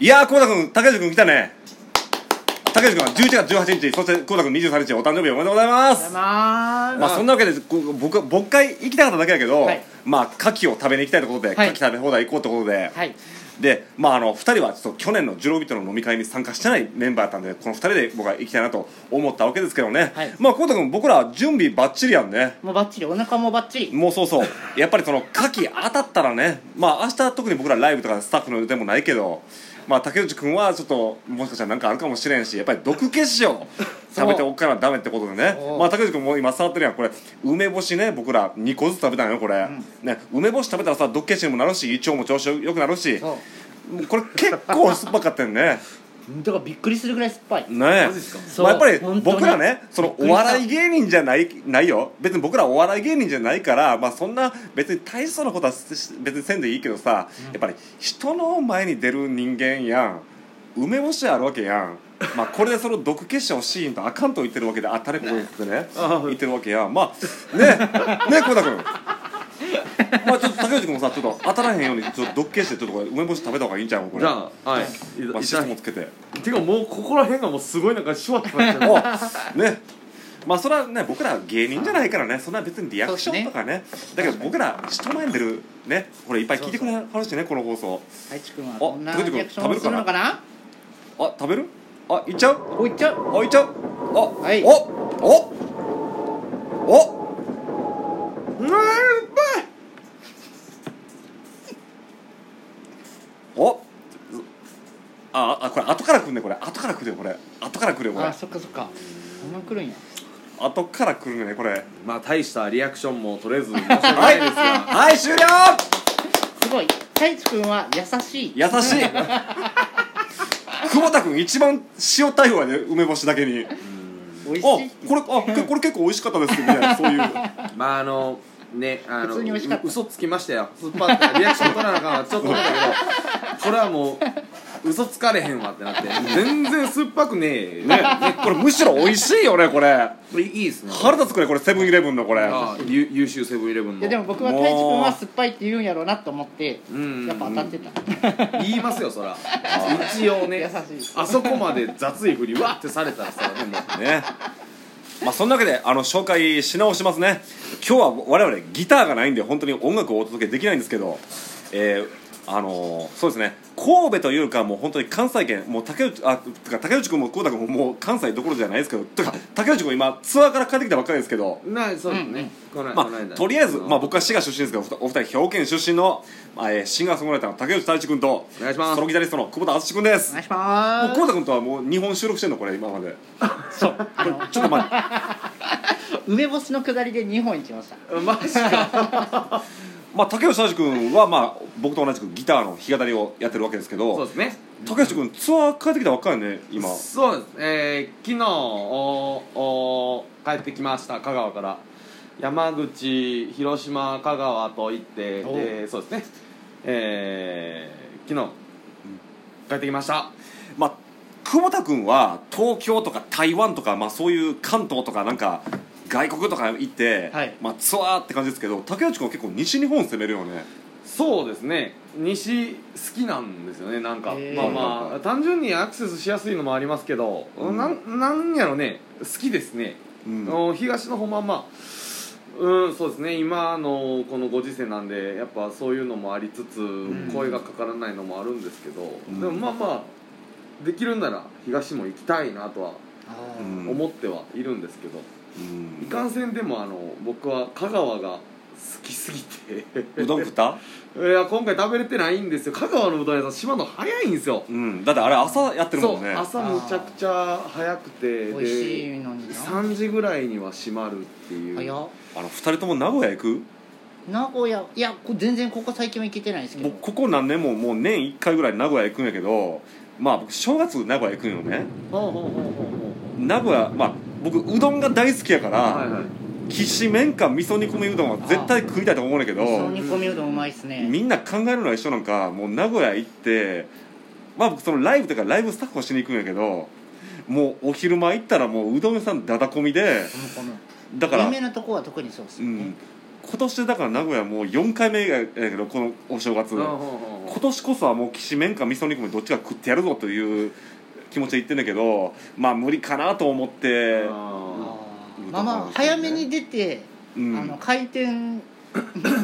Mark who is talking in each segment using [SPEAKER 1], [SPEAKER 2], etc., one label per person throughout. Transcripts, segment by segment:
[SPEAKER 1] いやー、コウタ君、竹内君来たね。竹内君は11月18日、そしてコウタ君23日、お誕生日おめでとうございます。
[SPEAKER 2] ま
[SPEAKER 1] まあ、そんなわけで、こ僕、僕会行きたかっただけだけど、
[SPEAKER 2] はい
[SPEAKER 1] まあ、牡蠣を食べに行きたいということで、牡
[SPEAKER 2] はい
[SPEAKER 1] 蠣食べ放題行こうということで、
[SPEAKER 2] はい
[SPEAKER 1] で、まあ、あの、二人はちょっと去年のジュロビットの飲み会に参加してないメンバーだったんで、この二人で僕は行きたいなと思ったわけですけどね。
[SPEAKER 2] はい
[SPEAKER 1] まあ、コウタ君、僕ら準備バッチリやんね。
[SPEAKER 2] もうバッチリお腹もバッチリ
[SPEAKER 1] もうそうそうやっぱりその牡蠣当たったらねまあ明日特に僕らライブとかスタッフの予定もないけどまあ竹内君はちょっともしかしたらなんかあるかもしれんしやっぱり毒消しを食べておかなダメってことでね
[SPEAKER 2] そう
[SPEAKER 1] まあ竹内君も今触ってるやんこれ梅干しね僕ら2個ずつ食べたのよこれ、ね梅干し食べたらさ毒消しにもなるし胃腸も調子よくなるし
[SPEAKER 2] そ
[SPEAKER 1] もうこれ結構酸っぱかったよね
[SPEAKER 2] うだからびっくりするぐらい酸っぱい
[SPEAKER 1] ね
[SPEAKER 3] マジっすか
[SPEAKER 2] そう
[SPEAKER 1] まあ、やっぱり
[SPEAKER 2] 本当に
[SPEAKER 1] 僕らねその
[SPEAKER 2] びっくり
[SPEAKER 1] お
[SPEAKER 2] した
[SPEAKER 1] 笑い芸人じゃないないよ別に僕らお笑い芸人じゃないから、まあ、そんな別に大層なことはし別にせんでいいけどさ、やっぱり人の前に出る人間やん梅干しあるわけやん。まあこれでその毒消しをシーンとあかんと言ってるわけであたれここですってね
[SPEAKER 3] ああ
[SPEAKER 1] 言ってるわけやんまあねね小田君まあちょっと竹内君もさちょっと当たらへんようにちょっと毒消しでちょっとこれ梅干し食べた方がいいんちゃうこれ
[SPEAKER 3] じゃあはいい
[SPEAKER 1] まあ、
[SPEAKER 3] い
[SPEAKER 1] シ
[SPEAKER 3] た
[SPEAKER 1] ステ
[SPEAKER 3] だき
[SPEAKER 1] ムつけて。
[SPEAKER 3] てかもうここら辺がもうすごいなんかシュワッとなっちゃう
[SPEAKER 1] おねまあそれはね僕ら芸人じゃないからねそんな別にリアクションとかねだけど僕ら人前に出るねこれいっぱい聞いてくれはるしねこの放送
[SPEAKER 2] 太一くんはこんな
[SPEAKER 1] あ
[SPEAKER 2] リ
[SPEAKER 1] 太
[SPEAKER 2] ア
[SPEAKER 1] 一くん
[SPEAKER 2] クションをするのかな
[SPEAKER 1] あ食べるあいっちゃう
[SPEAKER 2] おいっちゃう
[SPEAKER 1] あいっちゃうあ、
[SPEAKER 2] はい
[SPEAKER 1] おおお
[SPEAKER 3] うわーやばい
[SPEAKER 1] おああこれ後から来んねこれ後から来るよこれ後から来るよこれ
[SPEAKER 2] あそっかそっかお前来るんや
[SPEAKER 1] 後から来るねこれ
[SPEAKER 3] まあ大したリアクションも取 れず申し訳ないですが
[SPEAKER 1] はい終了
[SPEAKER 2] すごい太一くんは優しい
[SPEAKER 1] 優しい久保田君一番塩対応やね梅干しだけに
[SPEAKER 2] 美味し
[SPEAKER 1] あ
[SPEAKER 2] い
[SPEAKER 1] これあけこれ結構美味しかったですみたいなそういう
[SPEAKER 3] まああのねあの
[SPEAKER 2] 普通に美味しかった
[SPEAKER 3] う嘘つきましたよ酸っぱってリアクション取らなあかんわちょっと思ったけどこれはもう嘘つかれへんわってな って全然酸っぱくねえね
[SPEAKER 1] ねこれむしろ美味しいよねこれ
[SPEAKER 3] これいいですね
[SPEAKER 1] 腹立つくらいこれセブンイレブンのこれ
[SPEAKER 3] あーゆ優秀セブンイレブン
[SPEAKER 2] い
[SPEAKER 3] の
[SPEAKER 2] やでも僕は太一くんは酸っぱいって言うんやろうなと思って
[SPEAKER 3] ん
[SPEAKER 2] やっぱ当たってた
[SPEAKER 3] 言いますよそら一応ね
[SPEAKER 2] 優しい
[SPEAKER 3] あそこまで雑いふりわってされたらさでも
[SPEAKER 1] ねまあそんなわけであの紹介し直しますね今日は我々ギターがないんで本当に音楽をお届けできないんですけどえーあのーそうですね神戸というかもう本当に関西圏もう竹内あてか竹内君も久保田君ももう関西どころじゃないですけどてか竹内君今ツアーから帰ってきたばっかりですけど
[SPEAKER 3] なそうですね、こ の
[SPEAKER 1] ま
[SPEAKER 3] この間
[SPEAKER 1] あ、とりあえず、まあ、僕は滋賀出身ですけどお二お二人兵庫県出身の、まあえーシンガーソングライターの竹内太一君と
[SPEAKER 3] お願いします
[SPEAKER 1] ソロギタリストの久保田敦君です
[SPEAKER 2] お願いしま
[SPEAKER 1] もう久保田君とはもう2本収録してんのこれ今ま で
[SPEAKER 2] すそうあの
[SPEAKER 1] ちょっと待って
[SPEAKER 2] 梅干しの下りで2本いきました
[SPEAKER 3] マジか
[SPEAKER 1] まあ竹内太一君は、まあ、僕と同じくギターの弾き語りをやってるわけですけ
[SPEAKER 3] そう
[SPEAKER 1] ど
[SPEAKER 3] ですね
[SPEAKER 1] 竹内君ツアー帰ってきたばっかりね今
[SPEAKER 3] そうですえー、昨日おお帰ってきました香川から山口広島香川と行って
[SPEAKER 2] お
[SPEAKER 3] でそうですねえー、昨日帰ってきました
[SPEAKER 1] まあ久保田君は東京とか台湾とか、まあ、そういう関東とかなんか外国とか行って、
[SPEAKER 2] はい
[SPEAKER 1] まあ、ツアーって感じですけど竹内君は結構西日本攻めるよね
[SPEAKER 3] そうですね西好きなんですよねなんか、
[SPEAKER 2] へー
[SPEAKER 3] まあまあ単純にアクセスしやすいのもありますけど、
[SPEAKER 1] うん
[SPEAKER 3] なんなんやろね好きですね、
[SPEAKER 1] うん
[SPEAKER 3] お東の方まあまあうんそうですね今のこのご時世なんでやっぱそういうのもありつつ、
[SPEAKER 2] ん
[SPEAKER 3] 声がかからないのもあるんですけど、
[SPEAKER 1] ん
[SPEAKER 3] でもまあまあできるんなら東も行きたいなとは
[SPEAKER 1] うん
[SPEAKER 3] 思ってはいるんですけど、
[SPEAKER 1] うん
[SPEAKER 3] いかんせんでもあの僕は香川が好きすぎて
[SPEAKER 1] うどん食った
[SPEAKER 3] いや今回食べれてないんですよ香川のうどん屋さん島の早いんですよ、
[SPEAKER 1] うんだってあれ朝やってる
[SPEAKER 3] そ
[SPEAKER 1] もん
[SPEAKER 3] う
[SPEAKER 1] ね
[SPEAKER 3] 朝むちゃくちゃ早くて
[SPEAKER 2] 美味しいのに
[SPEAKER 3] で
[SPEAKER 2] な
[SPEAKER 3] 3時ぐらいには閉まるっていう
[SPEAKER 2] 早っ
[SPEAKER 1] あの二人とも名古屋行く
[SPEAKER 2] 名古屋いやこ全然ここ最近は行けてないですけど
[SPEAKER 1] 僕ここ何年ももう年1回ぐらい名古屋行くんやけどまあ僕正月名古屋行くんよね
[SPEAKER 3] ほうほうほうほうほ
[SPEAKER 1] 名古屋まあ僕うどんが大好きやから、
[SPEAKER 3] うはいはい
[SPEAKER 1] きしめんか味噌煮込みうどんは絶対食いたいと思うんやけど
[SPEAKER 2] 味噌煮込みうどんうまいっすね
[SPEAKER 1] みんな考えるのは一緒なんかもう名古屋行ってまあ僕そのライブとかライブスタッフをしに行くんやけどもうお昼間行ったらもううどん屋さんだだ込みで
[SPEAKER 2] このこの
[SPEAKER 1] だから
[SPEAKER 2] 有名なとこは特にそうっす
[SPEAKER 1] う
[SPEAKER 2] よね
[SPEAKER 1] ん、今年だから名古屋もう4回目やけどこのお正月、
[SPEAKER 3] うんうんうん
[SPEAKER 1] 今年こそはもうきしめんか味噌肉もどっちか食ってやるぞという気持ちで言ってんだけどまあ無理かなと思って
[SPEAKER 3] あ
[SPEAKER 1] うん
[SPEAKER 2] まあまあ早めに出て、
[SPEAKER 1] うん
[SPEAKER 2] あの開店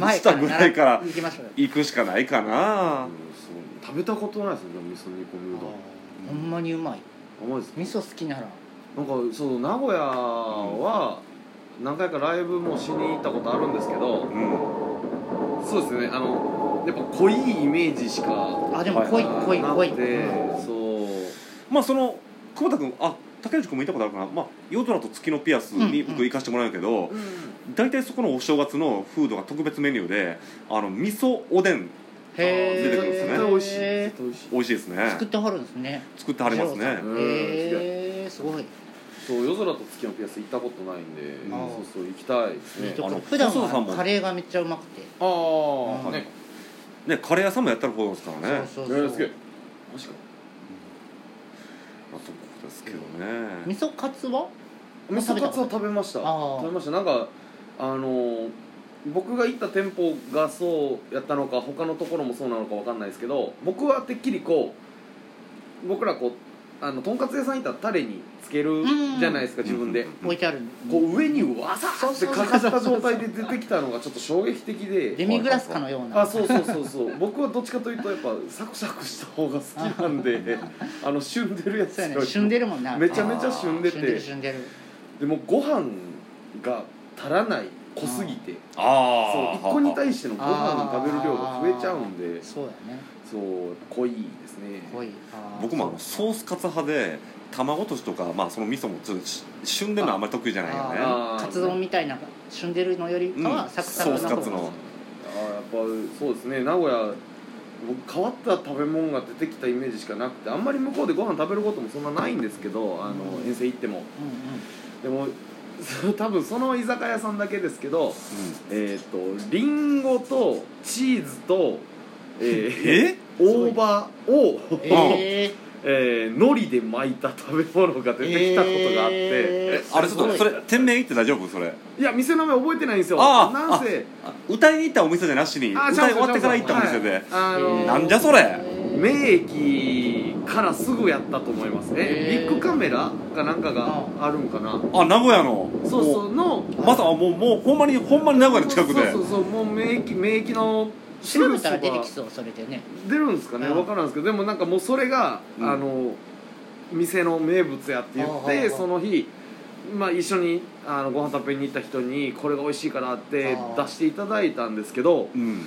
[SPEAKER 2] 前
[SPEAKER 1] した
[SPEAKER 2] から
[SPEAKER 1] ぐらいから
[SPEAKER 2] 行きましょうよ
[SPEAKER 1] 行くしかないか
[SPEAKER 3] ー
[SPEAKER 1] な
[SPEAKER 3] うんそう食べたことないですねでも味噌煮込みうどん
[SPEAKER 2] ほんまにうまい
[SPEAKER 3] 甘いです
[SPEAKER 2] 味噌好きなら
[SPEAKER 3] なんかそう名古屋は何回かライブもしに行ったことあるんですけ
[SPEAKER 1] う
[SPEAKER 3] ど
[SPEAKER 1] ん
[SPEAKER 3] そうですねあのやっぱ濃いイメージしか
[SPEAKER 2] あでも
[SPEAKER 1] はい
[SPEAKER 2] 濃い濃い
[SPEAKER 3] な
[SPEAKER 2] 濃
[SPEAKER 3] く
[SPEAKER 2] い
[SPEAKER 3] て
[SPEAKER 2] うん
[SPEAKER 3] そう
[SPEAKER 1] まあその久保田君あ竹内君も行ったことあるかな、まあ、夜空と月のピアスに
[SPEAKER 2] うん
[SPEAKER 1] 僕
[SPEAKER 2] うん
[SPEAKER 1] 行かしてもらうけど、大体そこのお正月のフードが特別メニューであの味噌おでん
[SPEAKER 2] へ
[SPEAKER 1] 出てくるんですね
[SPEAKER 3] 絶対美味しい絶対美味しい
[SPEAKER 1] 美味しいですね
[SPEAKER 2] 作ってはるんですね
[SPEAKER 1] 作ってはりますね
[SPEAKER 2] 二郎さ
[SPEAKER 3] うん
[SPEAKER 2] んへえすごい
[SPEAKER 3] そう夜空と月のピアス行ったことないんで、
[SPEAKER 1] ん
[SPEAKER 3] そうそう行きたいです
[SPEAKER 2] いい
[SPEAKER 3] ね
[SPEAKER 2] と
[SPEAKER 1] あ
[SPEAKER 2] こ
[SPEAKER 1] の
[SPEAKER 2] 普段
[SPEAKER 1] 細田さんも
[SPEAKER 2] はカレーがめっちゃうまくて
[SPEAKER 3] ああ、
[SPEAKER 2] うん
[SPEAKER 3] ね
[SPEAKER 1] ねカレー屋さんもやったるほどですからね
[SPEAKER 2] そう
[SPEAKER 3] よ
[SPEAKER 2] そう
[SPEAKER 3] ろし
[SPEAKER 2] そう
[SPEAKER 3] くマジか
[SPEAKER 1] まあそうですけどね
[SPEAKER 2] 味噌カツは
[SPEAKER 3] 味噌カツは食べました
[SPEAKER 2] あー
[SPEAKER 3] 食べましたなんかあのー僕が行った店舗がそうやったのか他のところもそうなのかわかんないですけど僕はてっきりこう僕らこうあのとんかつ屋さん行ったらタレにつけるじゃないですか
[SPEAKER 1] うん
[SPEAKER 3] 自分で、
[SPEAKER 1] うん
[SPEAKER 2] 置いてある
[SPEAKER 3] こう上にわさーってかかった状態で出てきたのがちょっと衝撃的
[SPEAKER 2] デ
[SPEAKER 3] で
[SPEAKER 2] ミグラスかのような
[SPEAKER 3] あそうそうそうそう僕はどっちかというとやっぱサクサクした方が好きなんであの旬でるやつ
[SPEAKER 2] そう
[SPEAKER 3] が
[SPEAKER 2] やね旬でるもんな
[SPEAKER 3] めちゃめちゃ旬でて
[SPEAKER 2] あー旬でる旬でる
[SPEAKER 3] でもご飯が足らない濃すぎてそう
[SPEAKER 1] ああ
[SPEAKER 3] 1個に対してのご飯の食べる量が増えちゃうんで
[SPEAKER 2] そうやね
[SPEAKER 3] そう濃いですね
[SPEAKER 2] 濃いあー
[SPEAKER 1] 僕もあのソースカツ派で卵としとか、まあ、その味噌もちょっとし旬でるのはあんまり得意じゃないよね
[SPEAKER 2] あ
[SPEAKER 3] あ
[SPEAKER 2] ーカツ丼みたいな旬でるのよりか
[SPEAKER 1] う
[SPEAKER 2] は
[SPEAKER 1] ん
[SPEAKER 2] サクサクの
[SPEAKER 1] ソース
[SPEAKER 2] 方
[SPEAKER 1] カツ
[SPEAKER 2] が
[SPEAKER 1] の
[SPEAKER 3] あーやっぱそうですね名古屋僕変わった食べ物が出てきたイメージしかなくてあんまり向こうでご飯食べることもそんなないんですけどあの遠征行っても
[SPEAKER 2] うんうん
[SPEAKER 3] でも そう多分その居酒屋さんだけですけどえっ、とリンゴとチーズとえ
[SPEAKER 1] うん
[SPEAKER 3] ー
[SPEAKER 1] え
[SPEAKER 3] 大葉を
[SPEAKER 2] えー
[SPEAKER 3] えー、海苔で巻いた食べ物が出てきたことがあって、
[SPEAKER 2] え
[SPEAKER 1] あれちょっと
[SPEAKER 2] す
[SPEAKER 1] そ
[SPEAKER 2] ご
[SPEAKER 1] れ
[SPEAKER 2] い
[SPEAKER 1] 店名言って大丈夫それ
[SPEAKER 3] いや店の名前覚えてないんですよ
[SPEAKER 1] あー
[SPEAKER 3] なんせ
[SPEAKER 1] あ歌いに行ったお店じゃなしに
[SPEAKER 3] あ
[SPEAKER 1] 歌い終
[SPEAKER 3] ーちゃうんすよ
[SPEAKER 1] わってから行ったお店で、
[SPEAKER 3] はいあの
[SPEAKER 2] えー
[SPEAKER 1] なんじゃそれ
[SPEAKER 3] 名駅からすぐやったと思いますえ
[SPEAKER 2] えー
[SPEAKER 3] ビッグカメラかなんかがあるんかな
[SPEAKER 1] あ名古屋の
[SPEAKER 3] そうそ
[SPEAKER 1] も
[SPEAKER 3] うの
[SPEAKER 1] うまさかもうもうほんまにほんまに名古屋の近くで
[SPEAKER 3] そうそうそうもう名駅名駅のす
[SPEAKER 2] 調
[SPEAKER 3] ぐ
[SPEAKER 2] べ
[SPEAKER 3] そ
[SPEAKER 2] た
[SPEAKER 3] ば
[SPEAKER 2] ら出てきそうそれでね
[SPEAKER 3] 出るんですかね
[SPEAKER 2] うん
[SPEAKER 3] 分からんですけどでもなんかもうそれが、
[SPEAKER 1] うん
[SPEAKER 3] あの店の名物やって言
[SPEAKER 2] あ
[SPEAKER 3] っ
[SPEAKER 2] ーは
[SPEAKER 3] て
[SPEAKER 2] ーはー
[SPEAKER 3] その日、まあ、一緒にあのご飯食べに行った人にこれが美味しいからって
[SPEAKER 2] あー
[SPEAKER 3] 出していただいたんですけど
[SPEAKER 1] うん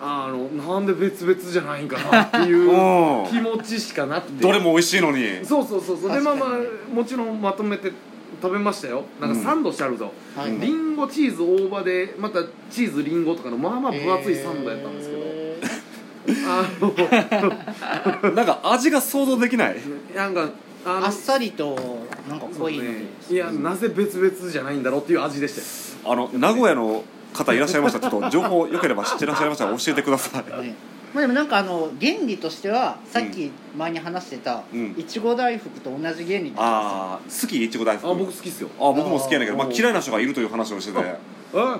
[SPEAKER 3] あのなんで別々じゃないんかなって いう気
[SPEAKER 1] う
[SPEAKER 3] 持ちしかなく
[SPEAKER 1] ん
[SPEAKER 3] て
[SPEAKER 1] どれも美味しいのに
[SPEAKER 3] そうそうそうそうで
[SPEAKER 2] 確
[SPEAKER 3] ま
[SPEAKER 2] か
[SPEAKER 3] あ
[SPEAKER 2] に
[SPEAKER 3] まあもちろんまとめて食べましたよなんかサンドしてあるぞ、
[SPEAKER 2] は
[SPEAKER 1] うん
[SPEAKER 2] い
[SPEAKER 3] リンゴチーズ大葉でまたチーズリンゴとかのまあまあ分厚いサンドやったんですけど、
[SPEAKER 2] えー
[SPEAKER 3] あの
[SPEAKER 1] なんか味が想像できない
[SPEAKER 3] なんかあの
[SPEAKER 2] あっさりとなんか濃いので
[SPEAKER 3] いやなぜ別々じゃないんだろうっていう味でしたよ
[SPEAKER 1] あの名古屋の方いらっしゃいましたらちょっと情報よければ知ってらっしゃいましたら教えてください
[SPEAKER 2] ねまあでもなんかあの原理としてはさっき前に話してた
[SPEAKER 1] うん
[SPEAKER 2] いちご大福と同じ原理なんですよ
[SPEAKER 1] ああ好きいちご大福
[SPEAKER 3] あ僕好きっすよ
[SPEAKER 1] あ僕も好きやねんけど、まあ、
[SPEAKER 2] あー
[SPEAKER 1] 嫌いな人がいるという話をしてて
[SPEAKER 3] あ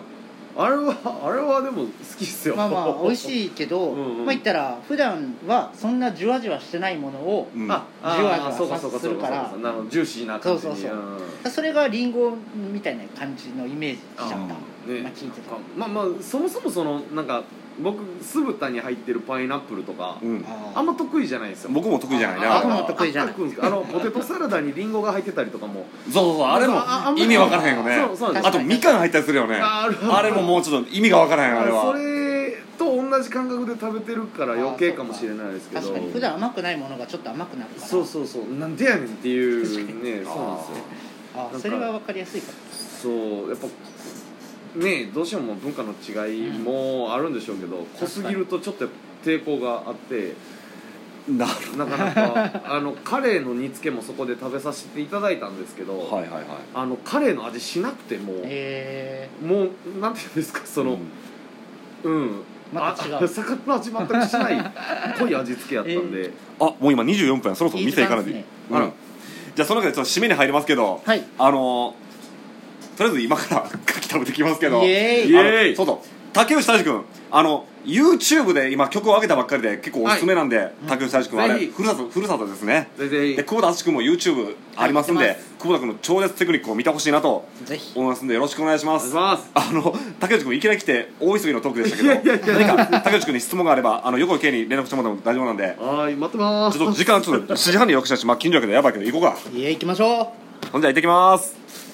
[SPEAKER 3] あれはあれはでも好きっすよ
[SPEAKER 2] まあまあ美味
[SPEAKER 3] い
[SPEAKER 2] しいけど
[SPEAKER 3] うんうん
[SPEAKER 2] まあ言ったら普段はそんなじわじわしてないものを
[SPEAKER 1] うん
[SPEAKER 3] ああ
[SPEAKER 2] じわじわ
[SPEAKER 3] そうかそうか
[SPEAKER 2] す
[SPEAKER 3] そう
[SPEAKER 2] る
[SPEAKER 3] か
[SPEAKER 2] か
[SPEAKER 3] そう
[SPEAKER 2] ら
[SPEAKER 3] かなのジューシーな感じ
[SPEAKER 2] そう
[SPEAKER 3] に
[SPEAKER 2] そうそうんそれがリンゴみたいな感じのイメージしちゃった、まあ
[SPEAKER 3] ね
[SPEAKER 2] 聞いてた
[SPEAKER 3] なんかまあまあそもそもそのなんか僕酢豚に入ってるパイナップルとか、
[SPEAKER 1] うん、
[SPEAKER 2] あ
[SPEAKER 3] あんま得意じゃないんですよ
[SPEAKER 1] 僕も得意じゃないな
[SPEAKER 2] あ僕も
[SPEAKER 1] そう
[SPEAKER 2] 得意じゃない
[SPEAKER 3] あああのポテトサラダにリンゴが入ってたりとかも
[SPEAKER 1] そうそうあれも
[SPEAKER 3] ああんまり
[SPEAKER 1] 意味わからへんよね
[SPEAKER 3] そうそうなんです
[SPEAKER 1] あとみかん入ったりするよね
[SPEAKER 3] ある
[SPEAKER 1] あれももうちょっと意味がわからへんあれ
[SPEAKER 3] そ
[SPEAKER 1] は
[SPEAKER 3] れと同じ感覚で食べてるから余計かもしれないですけど
[SPEAKER 2] 確かに普段甘くないものがちょっと甘くなるから
[SPEAKER 3] そうそうそうなんでやねんっていうね
[SPEAKER 1] 確
[SPEAKER 3] そ
[SPEAKER 1] か
[SPEAKER 3] うなん
[SPEAKER 1] に
[SPEAKER 3] で
[SPEAKER 2] あ
[SPEAKER 3] なんか
[SPEAKER 2] それは分かりやすいか
[SPEAKER 3] すよそうやっぱねどうしても文化の違いもあるんでしょうけど、濃すぎるとちょっと抵抗があって
[SPEAKER 1] なる
[SPEAKER 3] なかなかあのカレーの煮付けもそこで食べさせていただいたんですけど、
[SPEAKER 1] はいはいはい
[SPEAKER 3] あのカレーの味しなくてもう、
[SPEAKER 2] え
[SPEAKER 3] もうなんていうんですかその
[SPEAKER 1] うん
[SPEAKER 3] うん、
[SPEAKER 2] また違う
[SPEAKER 3] あ魚の味全くしない濃い味付けやったんで、
[SPEAKER 1] あもう今24分やそろ
[SPEAKER 2] ー
[SPEAKER 1] そろ店行かないと
[SPEAKER 2] いい時間ですね
[SPEAKER 1] うんじゃあその中でちょっと締めに入りますけど
[SPEAKER 2] はい
[SPEAKER 1] あのーとりあえず今から 書き食べてきますけど
[SPEAKER 2] イエー
[SPEAKER 3] イ
[SPEAKER 1] あの
[SPEAKER 3] イエーイ
[SPEAKER 1] そうそう竹内大志君あの YouTube で今曲を上げたばっかりで結構おすすめなんで、竹内大志君あ
[SPEAKER 3] ぜ
[SPEAKER 1] れ
[SPEAKER 3] ひ
[SPEAKER 1] ふるさとふるさとですね
[SPEAKER 3] ぜひ
[SPEAKER 1] で
[SPEAKER 3] ぜ
[SPEAKER 1] 久保田敦君も YouTube ありますんで、
[SPEAKER 2] はいやって
[SPEAKER 1] 久保田君の超絶テクニックを見てほしいなと
[SPEAKER 2] ぜひ
[SPEAKER 1] 思いますんでよろしくお願いしま
[SPEAKER 3] ひお願い
[SPEAKER 1] す
[SPEAKER 3] します
[SPEAKER 1] あの竹内君いきなり来て大急ぎのトークでしたけど何か竹内君に質問があればあの横井圭に連絡してもらっても大丈夫なんで
[SPEAKER 3] はーい待ってまー
[SPEAKER 1] ち
[SPEAKER 3] す
[SPEAKER 1] ょっと時間ちょっと7時半に予約したしまあ近所やけどやばいけど行こうか
[SPEAKER 2] 家行きましょう
[SPEAKER 1] ほんじゃ行ってきます